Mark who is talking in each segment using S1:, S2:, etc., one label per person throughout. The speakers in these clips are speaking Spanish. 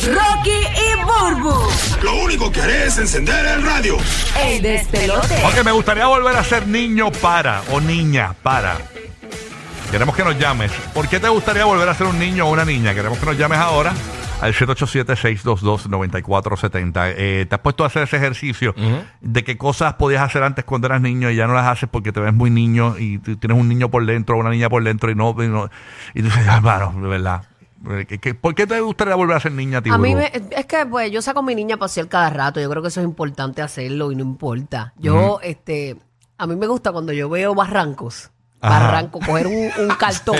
S1: Rocky y Burbu,
S2: Lo único que haré es encender el radio.
S1: el despelote.
S3: Ok, me gustaría volver a ser niño para o niña para. Queremos que nos llames. ¿Por qué te gustaría volver a ser un niño o una niña? Queremos que nos llames ahora al 787-622-9470. Eh, ¿Te has puesto a hacer ese ejercicio de qué cosas podías hacer antes cuando eras niño y ya no las haces porque te ves muy niño y tú tienes un niño por dentro, una niña por dentro y no... Y, no- y tú dices, hermano, de verdad. eh, ¿qué- qué- ¿Por qué te gustaría volver a ser niña, tío?
S4: A mí me- es que pues yo saco a mi niña a pasear cada rato, yo creo que eso es importante hacerlo y no importa. Yo, este, a mí me gusta cuando yo veo barrancos,
S3: Ajá.
S4: barranco, coger un, un cartón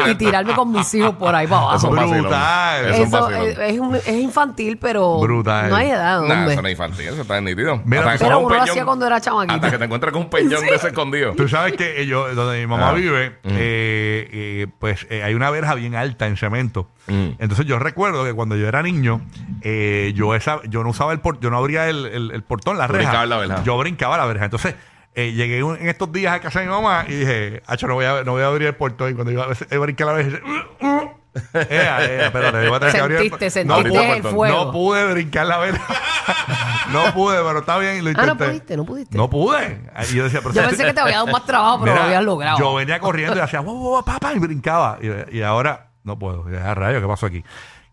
S4: y tirarme con mis hijos por ahí para
S3: Eso
S4: abajo.
S3: es
S5: vacilón.
S3: brutal.
S5: Eso es un
S4: Eso
S5: vacilón.
S4: es, es un- es infantil, pero
S3: Brutal.
S4: no hay edad,
S5: Nah,
S4: hombre.
S5: eso no es infantil, eso está nítido.
S3: Mira,
S5: Hasta que cojas
S3: pero
S5: un
S4: uno lo
S5: peñón-
S4: hacía cuando era chamaquito.
S5: Hasta que te encuentras con un peñón de ese escondido.
S3: Tú sabes que eh, yo, donde mi mamá
S5: Ah.
S3: vive, eh, eh, pues eh, hay una verja bien alta en cemento.
S5: Mm.
S3: Entonces yo recuerdo que cuando yo era niño, eh, yo esa, yo no usaba el portón, yo no abría el, el- el portón, la
S5: Tú
S3: reja.
S5: brincabas la verja.
S3: Yo brincaba la verja. Entonces eh, llegué un- en estos días a casa de mi mamá y dije, Acho, no voy a, no voy a abrir el portón. Y cuando yo a veces eh, brinqué la verja, dije, "Uh, uh". Ea, ea, espérate, yo voy a tener que abrir el
S4: Sentiste,
S3: portón.
S4: sentiste
S5: No pude-
S4: el fuego.
S3: No pude brincar la verja. no pude, pero está bien. Lo
S4: Ah, no
S3: intenté.
S4: pudiste, no pudiste.
S3: No pude. Y yo decía, pero este
S4: yo
S3: si-
S4: pensé que te había dado más trabajo, pero
S3: Mira,
S4: lo habías logrado.
S3: Yo venía corriendo y hacía, wow, wow, wow, papá, y brincaba. Y, y ahora no puedo. Y, ah, rayo, ¿qué pasó aquí?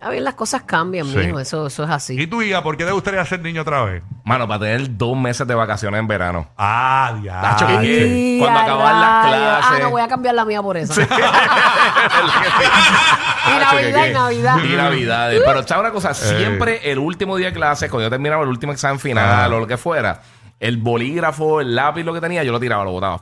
S4: A ver, las cosas cambian,
S3: Sí.
S4: mijo, eso, eso es así.
S3: ¿Y tu hija, por qué te gustaría ser niño otra vez?
S5: Mano, para tener dos meses de vacaciones en verano.
S3: Ah,
S5: Tacho,
S3: diablo.
S5: ¿qué?
S3: che.
S4: Y
S5: Cuando
S4: a
S5: acababan las
S4: rayos. Ah,
S5: clases.
S4: no, voy a cambiar la mía por esa.
S5: y
S4: Navidad, y Navidad.
S5: Y Navidad. Pero está una cosa, siempre el último día de clases, cuando yo terminaba el último examen final
S3: Ah.
S5: o lo que fuera, el bolígrafo, el lápiz, lo que tenía, yo lo tiraba, lo botaba.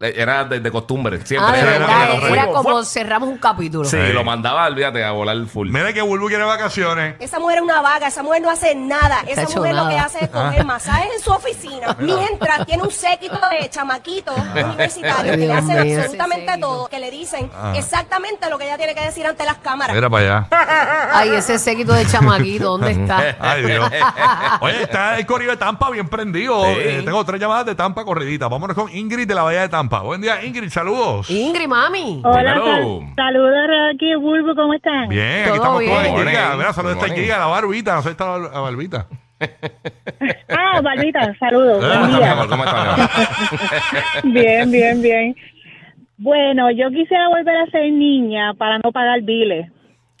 S5: E-, Era de, de costumbre, siempre.
S4: Ah, de
S3: Era-
S4: verdad,
S3: era-
S4: era,
S3: era-
S4: como cerramos un capítulo.
S5: Sí, lo mandaba, olvídate, a volar full.
S3: Mira que Bulbu quiere vacaciones.
S6: Esa mujer es una vaga, esa mujer no hace nada. Esa
S4: hecho
S6: mujer
S4: nada. Ah.
S6: lo que hace es coger masajes en su oficina, mientras tiene un séquito de chamaquitos universitarios
S4: Ah. Ay,
S6: que le
S4: Dios
S6: hacen
S4: mío. Ah.
S6: absolutamente
S4: Ese
S6: todo, que le dicen exactamente lo que ella tiene que decir ante las cámaras.
S3: Mira para allá.
S4: Ay, ese séquito de chamaquito, ¿dónde está?
S3: Ay, Dios. Oye, está el corrido de Tampa bien prendido.
S5: Sí.
S3: Eh, tengo tres llamadas de Tampa corriditas. Vámonos con Ingrid de la Bahía de Tampa. Buen día, Ingrid. Saludos.
S4: Ingrid, mami.
S7: Hola,
S5: Hello.
S7: sal- saludos Rocky Burbu, ¿cómo están?
S3: Bien, aquí
S4: Todo
S3: estamos
S4: bien.
S3: todos en
S5: Morning.
S3: Giga. Mira, saludos a esta
S5: Morning.
S3: Giga, la barbita. No sé, está la barbita.
S7: Ah, Barbita, saludos.
S5: ¿Cómo
S7: Buen
S5: está, mi amor?
S7: día.
S5: ¿Cómo está, mi amor?
S7: Bien, bien, bien. Bueno, yo quisiera volver a ser niña para no pagar biles.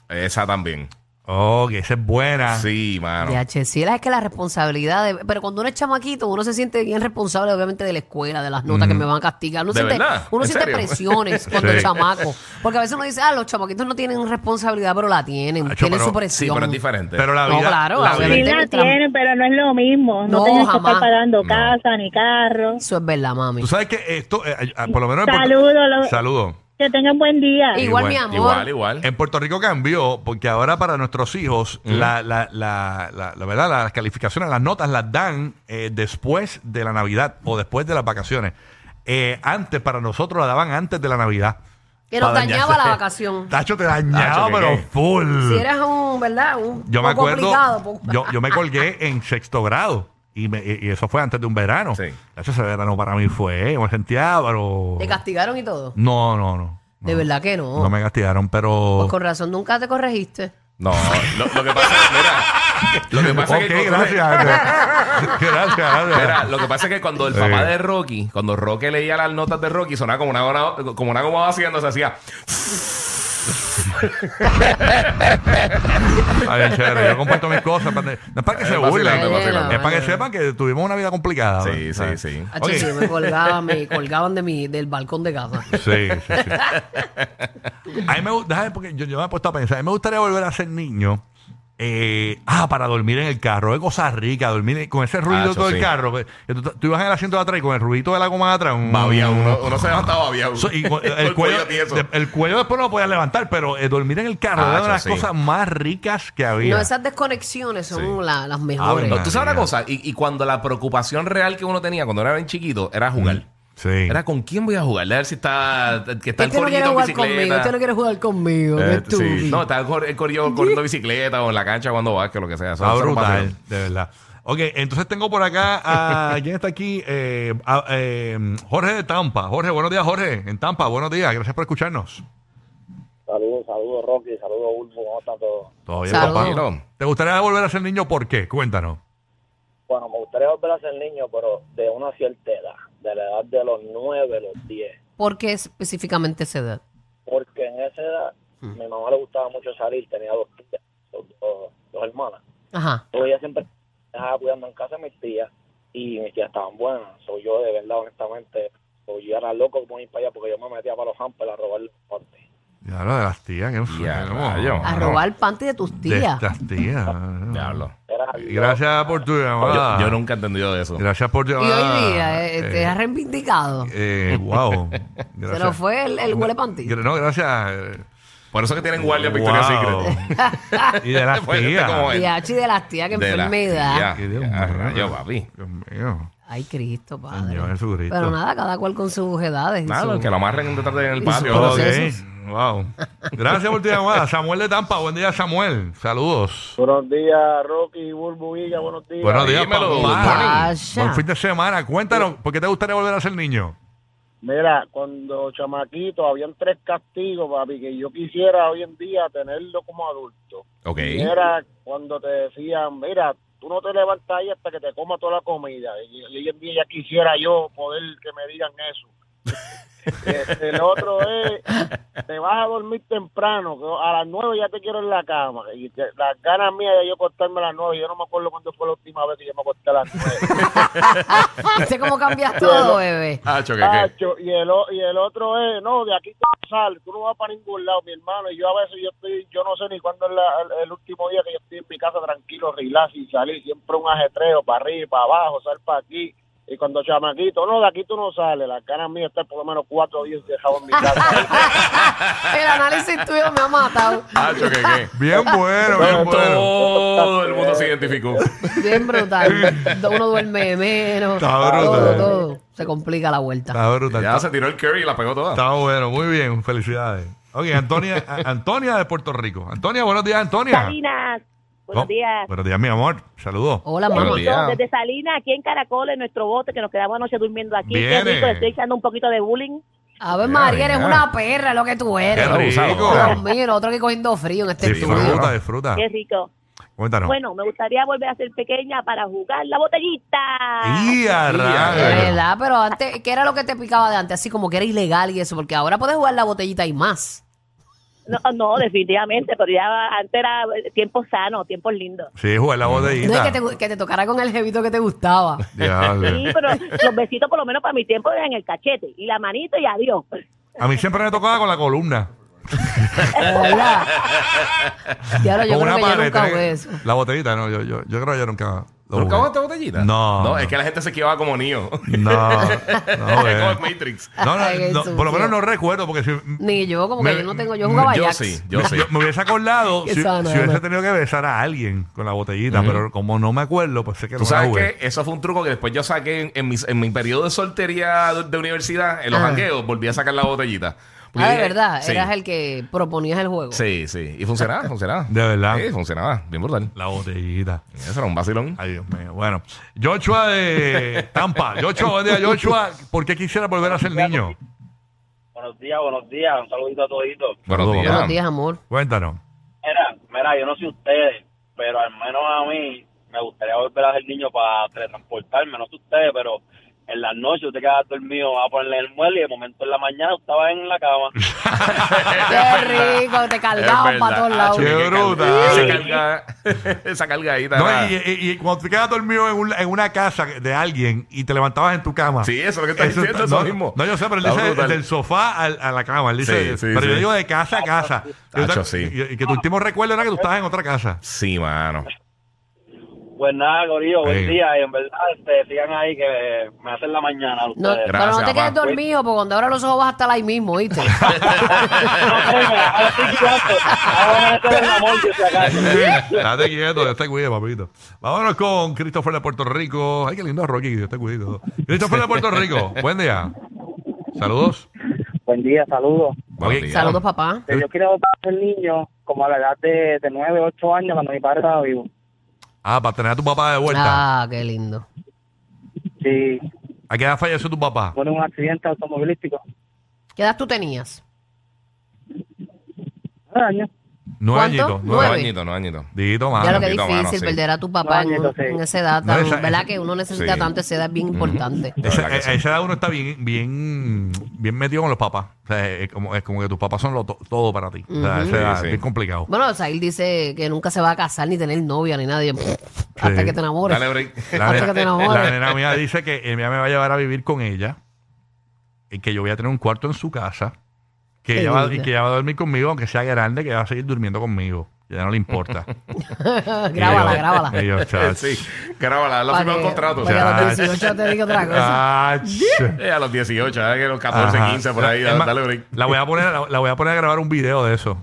S5: Esa también.
S3: Oh, que esa es buena.
S5: Sí, mano.
S4: De H, sí, la- es que la responsabilidad de- Pero cuando uno es chamaquito, uno se siente bien responsable, obviamente, de la escuela, de las notas que me van a castigar. Uno
S5: ¿De
S4: siente,
S5: verdad?
S4: uno
S5: ¿En
S4: siente
S5: serio?
S4: presiones cuando
S3: Sí.
S4: es chamaco. Porque a veces uno dice, ah, los chamaquitos no tienen responsabilidad, pero la tienen.
S3: Acho,
S4: tienen
S3: pero-
S4: su
S5: Sí,
S4: presión.
S5: pero es diferente.
S3: Pero la
S4: No,
S3: vida. la
S4: claro, la
S3: vida-
S7: Sí
S4: Obviamente,
S7: la
S4: mientras-
S7: tienen, pero no es lo mismo. No,
S4: No,
S7: tienes que
S4: jamás.
S7: estar pagando
S5: No.
S7: casa ni carro.
S4: Eso es verdad, mami.
S3: Tú sabes que esto, eh, eh, por lo menos. en Puerto-
S7: Saludos, lo-
S3: Saludos.
S7: Que tengan buen día.
S4: Igual, mi
S3: igual,
S4: amor.
S5: Igual, igual.
S3: En Puerto Rico cambió porque ahora para nuestros hijos la, la, la, la- la verdad las calificaciones, las notas las dan eh, después de la Navidad o después de las vacaciones. Eh, antes para nosotros la daban antes de la Navidad.
S4: Que nos
S3: Para
S4: dañaba
S3: dañarse. este
S4: la vacación.
S3: Tacho te dañaba,
S5: Tacho, ¿qué,
S3: pero
S5: qué?
S3: full.
S4: Si eras un, ¿verdad? Un
S3: yo me
S4: poco pues.
S3: acuerdo,
S4: aplicado, po-
S3: yo, yo me colgué en sexto grado y, me- y- y eso fue antes de un verano.
S5: Sí.
S3: Tacho, ese verano para mí fue, yo me sentía, pero...
S4: Te castigaron y todo.
S3: No, no, no.
S4: De
S3: no.
S4: verdad que no.
S3: No me castigaron, pero...
S4: Oh. Pues con razón nunca te corregiste.
S5: No, lo, lo que pasa es, mira, lo que pasa
S3: ok,
S5: es que cuando-
S3: gracias. gracias, gracias.
S5: Mira, lo que pasa es que cuando el
S3: Sí.
S5: papá de Rocky, cuando Rocky leía las notas de Rocky, sonaba como una, goma- como una goma vacía, no se hacía.
S3: Está bien chévere. Yo comparto mis cosas. Para, no es para que se
S5: Es vacilando, es
S3: burlen.
S5: vacilando.
S3: Es para que sepan que tuvimos una vida complicada.
S5: Sí, sí,
S3: ¿sabes?
S5: sí.
S4: Ah,
S3: Ok.
S4: sí, me colgaban, me colgaban de mi, del balcón de casa.
S3: Sí, sí, sí. A mí me, gu- déjame, porque yo, yo me he puesto a pensar, a mí me gustaría volver a ser niño. eh, ah, para dormir en el carro. Es cosa rica, dormir en- con ese ruido
S5: Ah,
S3: de todo
S5: eso sí.
S3: el carro. que- que Tú, tú ibas en el asiento de atrás y con el ruidito de la goma de atrás. mm,
S5: Babiao, uno, uno se levantaba babiao.
S3: so- y
S5: Con
S3: cu- el, cuello,
S5: tieso.
S3: de- el cuello después no lo podías levantar, pero eh, dormir en el carro
S5: Ah,
S3: era
S5: eso
S3: una de las
S5: sí.
S3: cosas más ricas que había.
S4: No, esas desconexiones son
S5: Sí.
S4: la- las
S3: Ah,
S4: mejores.
S3: bueno.
S5: Tú sabes una cosa, y, y cuando la preocupación real que uno tenía cuando era bien chiquito era jugar.
S3: Mm. Sí.
S5: Era con quién voy a jugar, a ver si está que está el
S4: Este no quiere
S5: corillito en
S4: jugar conmigo,
S5: bicicleta.
S4: este no quiere jugar conmigo,
S5: Eh,
S4: qué estúpido.
S5: sí. No, está el, cor- el corillo corriendo bicicleta o en la cancha cuando vas, que lo que sea. Eso-
S3: Está
S5: eso no pasa
S3: brutal,
S5: nada.
S3: de verdad. Ok, entonces tengo por acá a. ¿Quién está aquí? Eh, a- eh, Jorge de Tampa. Jorge, buenos días, Jorge. En Tampa, buenos días. Gracias por escucharnos.
S8: Saludos, saludos Rocky, saludos Ulmo, ¿cómo están todos?
S3: Todo bien,
S4: Saludos.
S3: papá.
S5: Tranquilo.
S3: ¿Te gustaría volver a ser niño? ¿Por qué? Cuéntanos.
S8: Bueno, me gustaría volver a ser niño, pero de una cierta edad, de la edad de los 9, los 10.
S4: ¿Por qué específicamente esa edad?
S8: Porque en esa edad, mi mamá le gustaba mucho salir, tenía dos tías, dos, dos- dos hermanas.
S4: Ajá.
S8: Entonces ella siempre me dejaba cuidando en casa a mis tías y mis tías estaban buenas. Soy yo, de verdad, honestamente, soy yo era loco por ir para allá porque yo me metía para los hampers a robar los deportes.
S3: Ya lo de las tías. qué
S5: Ya,
S3: enfermo.
S5: rayo.
S4: A
S5: No.
S4: robar el panty de tus
S3: De
S4: tías.
S3: estas tías.
S5: Diablo.
S8: Era
S3: Gracias por tu llamada.
S5: Yo, yo nunca he entendido de eso.
S3: Gracias por
S4: Y
S3: llamar.
S4: hoy
S3: Ah,
S4: día eh, te has reivindicado.
S3: wow.
S4: Se nos fue el, el huele panty.
S3: eh, No, gracias. eh,
S5: Por eso que tienen guardia en Victoria's
S3: Wow.
S5: Secret.
S3: y de las
S5: Pues,
S3: tías.
S5: ¿cómo es?
S4: Y H de las tías, que
S5: De la-
S4: enfermedad.
S5: ya,
S3: Qué Dios
S5: ya,
S3: mío.
S5: rayo, papi.
S3: Dios mío.
S4: Ay, Cristo, padre.
S3: Señor Jesucristo.
S4: Pero nada, cada cual con sus edades. y
S5: Nada,
S4: su-
S5: que lo amarren detrás de en el patio.
S3: Ok,
S4: procesos.
S3: Wow. Gracias por tu llamada. Samuel de Tampa. Buen día, Samuel. Saludos.
S8: Buenos días, Rocky, Bulbo, Villa, buenos días.
S3: Buenos días,
S5: dímelo,
S3: papá.
S5: good morning.
S3: Buen fin de semana. Cuéntanos, ¿por qué te gustaría volver a ser niño?
S8: Mira, cuando chamaquito habían tres castigos, papi, que yo quisiera hoy en día tenerlo como adulto.
S5: Ok.
S8: Era cuando te decían, mira, tú no te levantas ahí hasta que te coma toda la comida. Y, y hoy en día ya quisiera yo poder que me digan eso. Eh, El otro es, te vas a dormir temprano, que a las nueve ya te quiero en la cama. Y te- las ganas mías de yo acostarme a las nueve, yo no me acuerdo cuándo fue la última vez que yo me acosté a las nueve.
S4: ¿Viste cómo cambias todo, bebé?
S5: Hacho, que- que-
S8: Tacho, y el, o- y el otro es, no, de aquí tú sales, tú no vas para ningún lado, mi hermano. Y yo a veces yo estoy, yo no sé ni cuándo es la- el, el último día que yo estoy en mi casa tranquilo, relax, sin salir, siempre un ajetreo para arriba, para abajo, sal para aquí. Y cuando chamaquito, no, de aquí tú no sales, las caras mías están por lo menos cuatro días dejado
S7: Ah,
S8: en mi casa.
S4: El análisis tuyo me ha matado.
S5: Hacho, que- que.
S3: Bien bueno, bien bueno.
S5: Todo el mundo se identificó.
S4: Bien brutal. Uno duerme menos.
S3: Está
S4: todo,
S3: brutal.
S4: todo. Se complica la vuelta.
S3: Está brutal.
S5: Ya
S3: Está,
S5: se tiró el curry y la pegó toda.
S3: está bueno. Muy bien. Felicidades. Ok, Antonia, a- Antonia de Puerto Rico. Antonia, buenos días, Antonia.
S7: Salinas,
S3: Oh, Buenos días, mi amor. Saludos.
S4: Hola,
S5: Buenos
S4: mamá.
S5: días. Ya.
S7: Desde Salinas, aquí en Caracol, en nuestro bote, que nos quedamos anoche durmiendo aquí. Qué
S3: Viene.
S7: rico, le estoy echando un poquito este de bullying.
S4: A ver,
S5: Ya,
S4: María, eres
S5: ya.
S4: una perra lo que tú eres.
S5: Qué rico.
S4: Dios mío, nosotros aquí cogiendo frío en este
S5: Sí,
S4: estudio.
S5: mano.
S3: Disfruta, disfruta.
S7: Qué rico.
S3: Cuéntanos.
S7: Bueno, me gustaría volver a ser pequeña para jugar la botellita.
S3: Y a
S4: De
S3: rayos.
S4: verdad, pero antes, ¿qué era lo que te picaba de antes? Así como que era ilegal y eso, porque ahora puedes jugar la botellita y más.
S7: No, no, definitivamente, pero ya antes era tiempo sano, tiempo lindo.
S3: Sí, juega la
S4: No es
S3: botellita.
S4: que te, que te tocara con el jevito que te gustaba.
S3: Diablo.
S7: Sí, pero los besitos por lo menos para mi tiempo eran en el cachete y la manito y adiós.
S3: A mí siempre me tocaba con la columna.
S4: Hola. Diablo, yo
S3: con una
S4: creo que yo
S3: pared.
S4: nunca
S3: tiene
S4: jugué
S3: que-
S4: eso.
S3: La botellita, no, yo, yo, yo creo que yo nunca. lo
S5: ¿Nunca
S3: jugué.
S5: hubo esta botellita?
S3: No.
S5: No, es que la gente se quedaba como niño.
S3: No, no,
S5: Como
S3: eh.
S5: en Matrix.
S3: no, no,
S4: Ay, qué
S3: no, por lo
S4: sucio.
S3: menos no recuerdo porque si
S4: Ni yo, como
S3: Me-
S4: que yo no tengo. Yo jugaba
S5: Yo
S4: Jax.
S5: sí, yo sí.
S3: yo me hubiese acordado
S4: Qué
S3: si,
S4: sana,
S3: si hubiese
S4: Ana.
S3: tenido que besar a alguien con la botellita, pero como no me acuerdo, pues sé que
S5: Tú
S3: no la
S5: sabes
S3: jugué.
S5: que eso fue un truco que después yo saqué en, en mis- en mi periodo de soltería de, de universidad, en los
S4: Ah.
S5: jangueos, volví a sacar la botellita. Porque
S4: Ah, de
S5: dije,
S4: verdad,
S5: sí,
S4: eras el que proponías el juego.
S5: Sí, sí. Y funcionaba, funcionaba.
S3: De verdad.
S5: Sí, funcionaba. Bien brutal.
S3: La botellita.
S5: Eso era un vacilón.
S3: Ay, Dios mío. Bueno, Joshua de Tampa. Joshua, buen día, Joshua. ¿Por qué quisiera volver a ser niño?
S8: buenos días, buenos días, un saludito a toditos.
S5: Buenos
S3: Saludos,
S5: días.
S4: Buenos días, amor.
S3: Cuéntanos.
S8: Mira, mira, yo no sé ustedes, pero al menos a mí me gustaría volver a ser niño para teletransportarme, no sé ustedes, pero
S9: en las noches usted quedaba dormido a ponerle el mueble y de momento en la mañana estaba en la cama.
S4: Qué rico, te cargaban para todos lados.
S3: Qué brutal.
S5: Esa, carga, esa cargadita.
S3: No,
S5: era-
S3: y, y- y cuando te quedas dormido en, un- en una casa de alguien y te levantabas en tu cama.
S5: Sí, eso es lo que estás diciendo, eso
S3: no,
S5: mismo.
S3: No, yo sé, pero él
S5: Está
S3: dice
S5: brutal.
S3: del sofá al- a la cama. Él dice,
S5: Sí, sí,
S3: pero
S5: sí.
S3: yo digo de casa a casa. Yo
S5: Tacho,
S3: te-
S5: sí.
S3: y, y que tu último recuerdo era que tú estabas en otra casa.
S5: Sí, mano.
S9: Pues nada, Gorillo, buen
S3: Sí.
S9: día. Y en verdad, este, sigan ahí que me hacen la mañana.
S4: No,
S9: ustedes.
S4: pero no
S5: Gracias,
S4: te quedes
S5: papá.
S4: dormido, porque cuando abras los ojos vas a estar ahí mismo, ¿viste?
S9: Ahora estoy guiando. Ahora voy a meter en la morgue, si acaso.
S3: Date quieto, Dios te cuide, papito. Vámonos con Christopher de Puerto Rico. Ay, qué lindo Rocky, Dios te cuide. Christopher de Puerto Rico, buen día. Saludos.
S8: Buen día, saludos.
S5: Buenos días.
S4: Saludos, papá.
S8: Yo quiero adoptar a un niño como a la edad de, de 9, 8 años cuando mi padre estaba vivo.
S3: Ah, para tener a tu papá de vuelta.
S4: Ah, qué lindo.
S8: Sí,
S3: ¿A qué edad falleció tu papá?
S8: fue en un accidente automovilístico.
S4: ¿Qué edad tú tenías?
S8: Nueve años.
S3: Nueve
S4: ¿Cuánto?
S3: añitos.
S5: No
S3: Nueve.
S4: Nueve.
S5: añitos, no añitos.
S3: Dito, mano.
S4: ya lo que
S5: poquito,
S4: difícil
S5: mano, Ah, sí.
S4: perder a tu papá en,
S8: Añitos, sí.
S4: en esa edad
S3: No,
S4: tan,
S3: esa-
S4: ¿verdad? Que uno necesita
S5: sí.
S4: tanto esa edad bien importante.
S5: De verdad
S3: Esa-
S5: que
S3: a
S5: sí.
S3: a e, esa edad uno está bien, bien, bien metido con los papás. O sea, es como, es como que tus papás son lo to- todo para ti. O sea, a esa
S5: Ujú.
S3: edad
S5: Sí, sí.
S3: es bien complicado.
S4: Bueno, o sea, él dice que nunca se va a casar ni tener novia ni nadie hasta que te enamores.
S5: Dale, break.
S3: La
S4: Hasta que te
S3: nena,
S4: enamores.
S3: la nena mía dice que ella me va a llevar a vivir con ella y que yo voy a tener un cuarto en su casa que
S4: Qué
S3: ella va,
S4: linda.
S3: y que ella va a dormir conmigo, aunque sea grande, que ella va a seguir durmiendo conmigo. Ya no le importa.
S4: grábala, grábala.
S3: Y yo, chacho.
S5: Sí, grábala, la
S4: Pa'
S5: firma el
S4: que-
S5: contrato. Ah,
S4: pa' que a los
S3: Chacho.
S4: 18 te digo otra cosa.
S3: Chacho.
S5: Eh, a los 18, ¿eh? que los 14,
S3: Ajá.
S5: 15, por ahí.
S3: Es más,
S5: dale break.
S3: La voy a poner, la, la voy a poner a grabar un video de eso.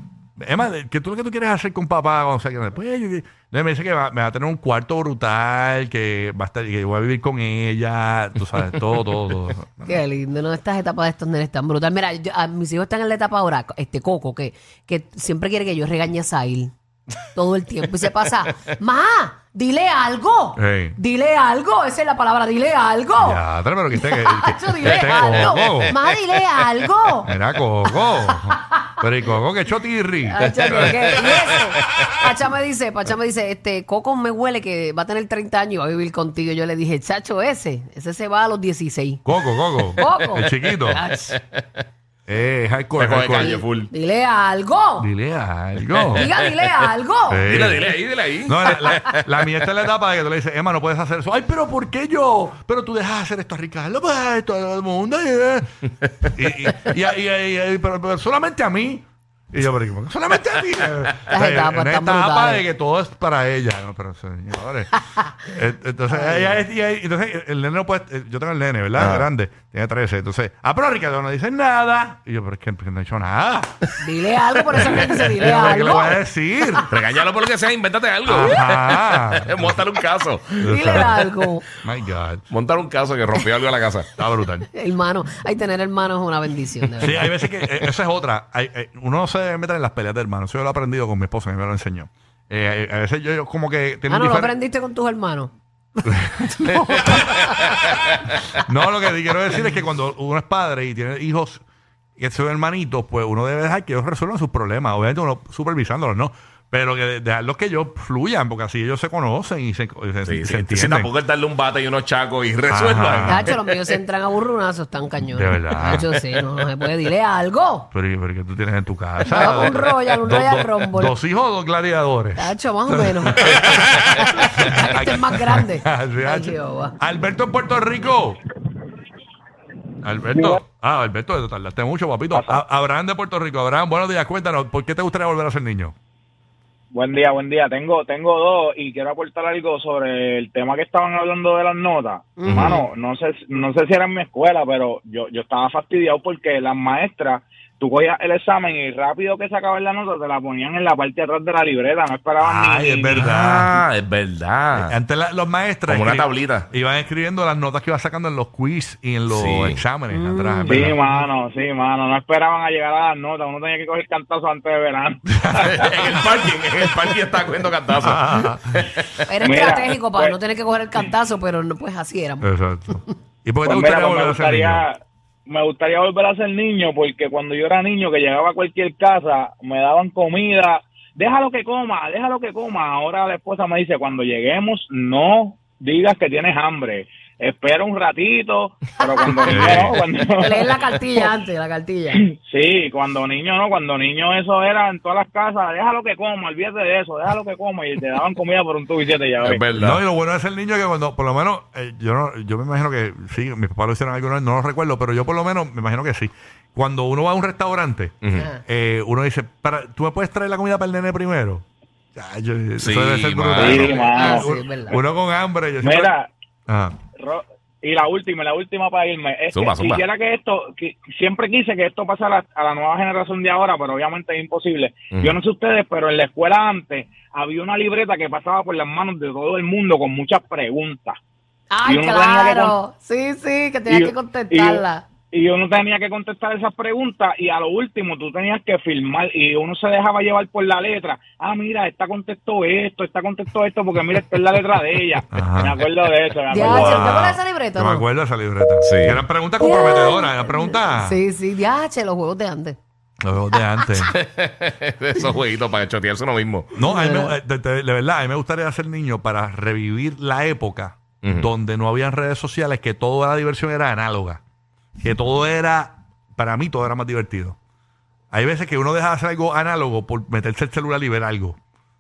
S3: Emma, ¿qué tú lo que tú quieres hacer con papá? O sea, que pues, yo- no, me dice que va, me va a tener un cuarto brutal, que va a estar, que voy a vivir con ella, tú sabes, todo, todo, todo.
S4: Qué lindo, ¿no? Estas etapas de estos nenes tan brutales. Mira, yo- a mis hijos están en la etapa ahora, este Coco, que, que siempre quiere que yo regañe a Sail todo el tiempo. Y se pasa, ¡Ma! ¡Dile algo!
S3: Ey.
S4: ¡Dile algo! Esa es la palabra, ¡dile algo!
S3: Ya, pero que esté, que, que-
S4: Yo,
S3: que
S4: dile
S3: esté
S4: algo.
S3: Coco.
S4: ¡Ma, dile algo!
S3: Mira, Coco. Pero y Coco, que chotirri.
S4: Hacha, ¿por Ah, qué? Y eso, Hacha me dice, Pacha me dice, este, Coco me huele que va a tener 30 años y va a vivir contigo. Yo le dije, chacho, ese, ese se va a los 16.
S3: Coco, Coco.
S4: Coco.
S3: El chiquito.
S4: Ach,
S3: Eh, hardcore,
S5: Te coge
S3: hardcore.
S5: calle full.
S4: Dile algo.
S3: Dile algo.
S4: Diga, dile algo.
S3: Ey.
S5: Dile, dile ahí, dile ahí.
S3: No, la, la, la mía está en la etapa de que tú le dices, Emma, no puedes hacer eso. Ay, pero ¿por qué yo? Pero tú dejas de hacer esto a Ricardo, pues, a todo el mundo. eh. Y, y, y, y- y- y- pero, pero solamente a mí. Y yo, pero ¿cómo que solamente a mí. Las
S4: etapas
S3: una
S4: tan
S3: etapa
S4: brutales.
S3: de que todo es para ella. No, pero señores. Eh, entonces, ella es- y ahí- entonces, el nene no puede. eh, Yo tengo el nene, ¿verdad?
S5: Ajá.
S3: Grande. Tiene 13. Entonces, ah, pero Ricardo no dice nada. Y yo, pero es que no he hecho nada.
S4: Dile algo, por eso me dice,
S3: ¿Qué
S4: dile
S3: le
S4: algo.
S3: voy a decir?
S5: Regáñalo por lo que sea, invéntate algo.
S3: Ajá.
S5: Montar un caso.
S4: Dile algo.
S3: My God.
S5: Montar un caso que rompió algo en la casa.
S3: Está brutal.
S4: Hermano, hay tener hermanos es una bendición. de
S3: Sí,
S4: verdad.
S3: hay veces que. eh, esa es otra. Hay- eh, uno no se debe meter en las peleas de hermanos. Eso yo lo he aprendido con mi esposa, que me lo enseñó. Eh, eh, a veces yo, yo como que. tiene
S4: Ah,
S3: un
S4: no, lo
S3: difer-
S4: aprendiste con tus hermanos.
S3: No, lo que te quiero decir es que cuando uno es padre y tiene hijos que son hermanitos, pues uno debe dejar que ellos resuelvan sus problemas. Obviamente uno supervisándolos, ¿no? Pero que de- dejarlos que ellos fluyan, porque así ellos se conocen y se, y
S5: Sí,
S3: se- se
S5: sí, sí,
S3: entienden.
S5: tampoco es darle un bate y unos chacos y resuelvan.
S3: Ajá.
S4: Cacho, los míos se entran a burrunazos, están cañones.
S3: Ah. De verdad.
S4: Cacho, sí, no, no se puede. Dile algo.
S3: Pero, pero que tú tienes en tu casa.
S4: No, un Royal, un
S3: Dos-
S4: Royal
S3: dos-
S4: Rumble.
S3: Dos hijos, dos gladiadores.
S4: Cacho, más o menos. este es más grande.
S3: Ay,
S4: Ay,
S3: Ah, H.
S4: Jehová.
S3: Alberto en Puerto Rico. Alberto. Ah, Alberto, te tardaste mucho, papito. A- Abraham de Puerto Rico. Abraham, buenos días. Cuéntanos, ¿por qué te gustaría volver a ser niño?
S8: Buen día, buen día. Tengo tengo dos y quiero aportar algo sobre el tema que estaban hablando de las notas. Mano, no sé no sé si era en mi escuela, pero yo yo estaba fastidiado porque las maestras tú cogías el examen y rápido que sacaban la nota te la ponían en la parte de atrás de la libreta, no esperaban ni-
S3: Ay, es
S8: ni-
S3: verdad.
S5: Ah, es verdad.
S3: Antes la- los maestros
S5: Como una
S3: escri-
S5: tablita.
S3: iban escribiendo las notas que iban sacando en los quiz y en los
S5: Sí.
S3: exámenes
S4: Mm.
S3: atrás. es
S8: Sí,
S3: verdad.
S8: mano, sí, mano, no esperaban a llegar a las notas, uno tenía que coger cantazo antes de verano.
S5: en el parking, en el parking está cogiendo cantazos.
S4: Era
S8: Mira,
S4: estratégico para
S8: pues-
S4: no tener que coger el cantazo, pero no, pues así era.
S3: Exacto. ¿Y por qué te
S8: Pues mira,
S3: gustaría
S8: pues me
S3: volver a ser niño?
S8: gustaría, me gustaría volver a ser niño porque cuando yo era niño que llegaba a cualquier casa me daban comida, déjalo que coma, déjalo que coma. Ahora la esposa me dice, cuando lleguemos no digas que tienes hambre. espera un ratito, pero cuando niño no, cuando...
S4: Leen la cartilla antes, la cartilla.
S3: Mm.
S8: Sí, cuando niño no, cuando niño eso era en todas las casas, déjalo que coma, olvídate de eso, déjalo que coma y te daban comida por un tubo y siete llaves.
S3: No, y lo bueno es el niño que cuando, por lo menos, eh, yo no, yo me imagino que sí, mis papás lo hicieron alguna vez, no lo recuerdo, pero yo por lo menos me imagino que sí. Cuando uno va a un restaurante,
S4: Ah.
S3: eh, uno dice, para, ¿tú me puedes traer la comida para el nene primero? Ah, yo- eso
S5: Sí,
S3: debe ser
S5: mano.
S3: brutal.
S8: Sí, mano. Ah,
S3: Uno-
S8: Sí, es verdad.
S3: Uno con hambre. Yo siempre-
S8: Mira,
S3: Ajá.
S8: Ro- y la última, la última para irme. Es
S3: Zumba,
S8: que
S3: zumba.
S8: Quisiera que esto, que- siempre quise que esto pasara a la nueva generación de ahora, pero obviamente es imposible.
S10: Mm.
S8: Yo no sé ustedes, pero en la escuela antes había una libreta que pasaba por las manos de todo el mundo con muchas preguntas.
S4: Ay,
S8: Y uno tenía que
S4: claro. Sí, sí, que
S8: y-
S4: tenías que contestarla.
S8: Y, y uno tenía que contestar esas preguntas y a lo último tú tenías que firmar y uno se dejaba llevar por la letra. Ah, mira, esta contestó esto, esta contestó esto, porque mira, esta es la letra de ella.
S3: Ajá.
S8: Me acuerdo de eso. Me
S4: Ya,
S8: acuerdo.
S4: ¿te acuerdas de esa libreta,
S3: Yo me
S4: no?
S3: acuerdo de esa libreta. Que Eran preguntas comprometedoras, eran preguntas
S4: Sí, sí, diache, los juegos de antes.
S3: los juegos de antes.
S5: Esos jueguitos para chotearse uno mismo.
S3: No, a mí me-
S5: ¿Verdad?
S3: eh, de, de- de verdad, a mí me gustaría ser niño para revivir la época donde no habían redes sociales, que toda la diversión era análoga. Que todo era, para mí todo era más divertido. Hay veces que uno deja de hacer algo análogo por meterse el celular y ver algo.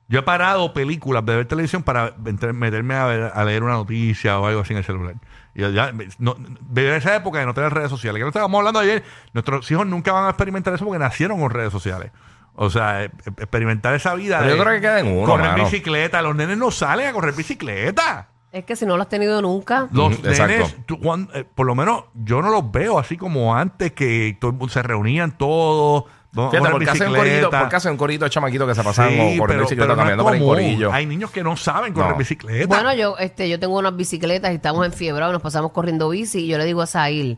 S3: Yo he parado películas de ver televisión para entre- meterme a, ver- a leer una noticia o algo así en el celular. Y ya, no, de esa época de no tener redes sociales, que lo estábamos hablando ayer, nuestros hijos nunca van a experimentar eso porque nacieron con redes sociales. O sea, eh, eh, experimentar esa vida.
S5: Pero
S3: de
S5: yo creo que queda en uno,
S3: Correr
S5: mano.
S3: bicicleta. Los nenes no salen a correr bicicleta.
S4: Es que si no lo has tenido nunca.
S3: Los
S5: Ujú, exacto.
S3: nenes, tú, cuan- eh, por lo menos yo no los veo así como antes que todo el mundo- se reunían todos. vamos
S5: Fíjate,
S3: a correr
S5: porque hacen un
S3: bicicleta.
S5: corillito, porque hacen un corillito de chamaquitos que se pasan
S3: Sí,
S5: o
S3: pero-
S5: corriendo
S3: pero
S5: bicicleta
S3: no
S5: caminando
S3: es
S5: por el
S3: común.
S5: corillo.
S3: Hay niños que no saben correr
S5: No.
S3: bicicleta.
S4: Bueno, yo, este, yo tengo unas bicicletas y estamos enfiebrados, nos pasamos corriendo bici y yo le digo a Sahil,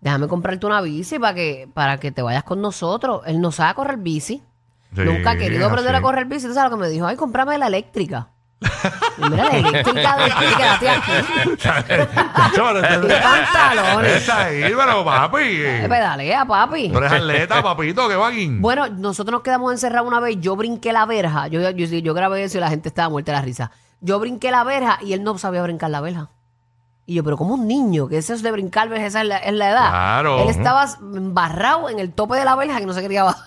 S4: déjame comprarte una bici para que, para que te vayas con nosotros. Él no sabe correr bici.
S3: Sí,
S4: Nunca ha querido aprender
S3: así.
S4: a correr bici. Entonces sabes lo que me dijo? Ay, comprame la eléctrica. Y Mira, la eléctrica de ti, quédate aquí. pantalones.
S3: Está ahí, pero papi.
S4: Eh, Pedalea, papi.
S3: Tú eres atleta, papito, que vaguín.
S4: Bueno, nosotros nos quedamos encerrados una vez. Yo brinqué la verja. Yo, yo, yo grabé eso y la gente estaba muerta de la risa. Yo brinqué la verja y él no sabía brincar la verja. Y yo, pero como un niño, que eso es de brincar verja, esa es la, es la edad.
S3: Claro.
S4: Él estaba embarrado en el tope de la verja que no se quería bajar.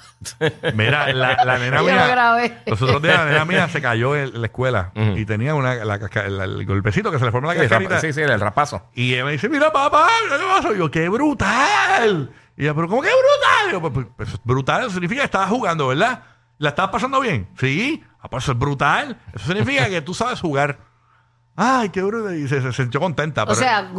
S3: Mira, la, la nena
S4: Yo
S3: mía.
S4: lo grabé.
S3: Los otros días la nena mía se cayó en la escuela y tenía una, la casca- la- el golpecito que se le forma la
S5: Sí, el
S3: cascarita.
S5: rapa- sí, sí, el rapazo.
S3: Y ella me dice, mira papá, mira qué pasó. Y yo, qué brutal. Y ella, pero ¿cómo que brutal? Y yo, "Pues, pues, pues, eso es brutal eso significa que estabas jugando, ¿verdad? ¿La estabas pasando bien? Sí. Ah, pues eso es brutal. Eso significa que tú sabes jugar. Ay, qué brutal. Y se, se sintió contenta.
S4: o
S3: pero-
S4: sea,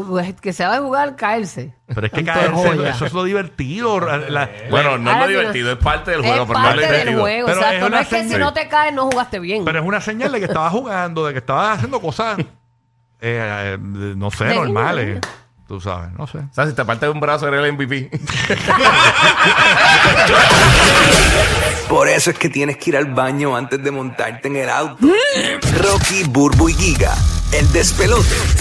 S4: que se va a jugar, caerse.
S3: pero es que
S4: Tanto de
S3: caerse,
S4: joya.
S3: eso es lo divertido. la-
S5: eh, Bueno, no es
S4: Ahora
S5: lo
S4: sí, no-
S5: divertido, es parte del juego,
S4: es
S5: pero no es
S4: parte del
S5: divertido.
S4: juego,
S3: Pero
S4: exacto.
S3: es
S4: no
S3: una
S4: es que si
S3: señal.
S4: no te caes, no jugaste bien.
S3: Pero es una señal de que estabas jugando, de que estabas haciendo cosas, eh, eh, no sé,
S4: De
S3: normales.
S4: niño.
S3: Tú sabes, no sé.
S5: O sea, si te parte de un brazo, eres el MVP.
S11: Por eso es que tienes que ir al baño antes de montarte en el auto. Rocky, Burbu y Giga, el despelote.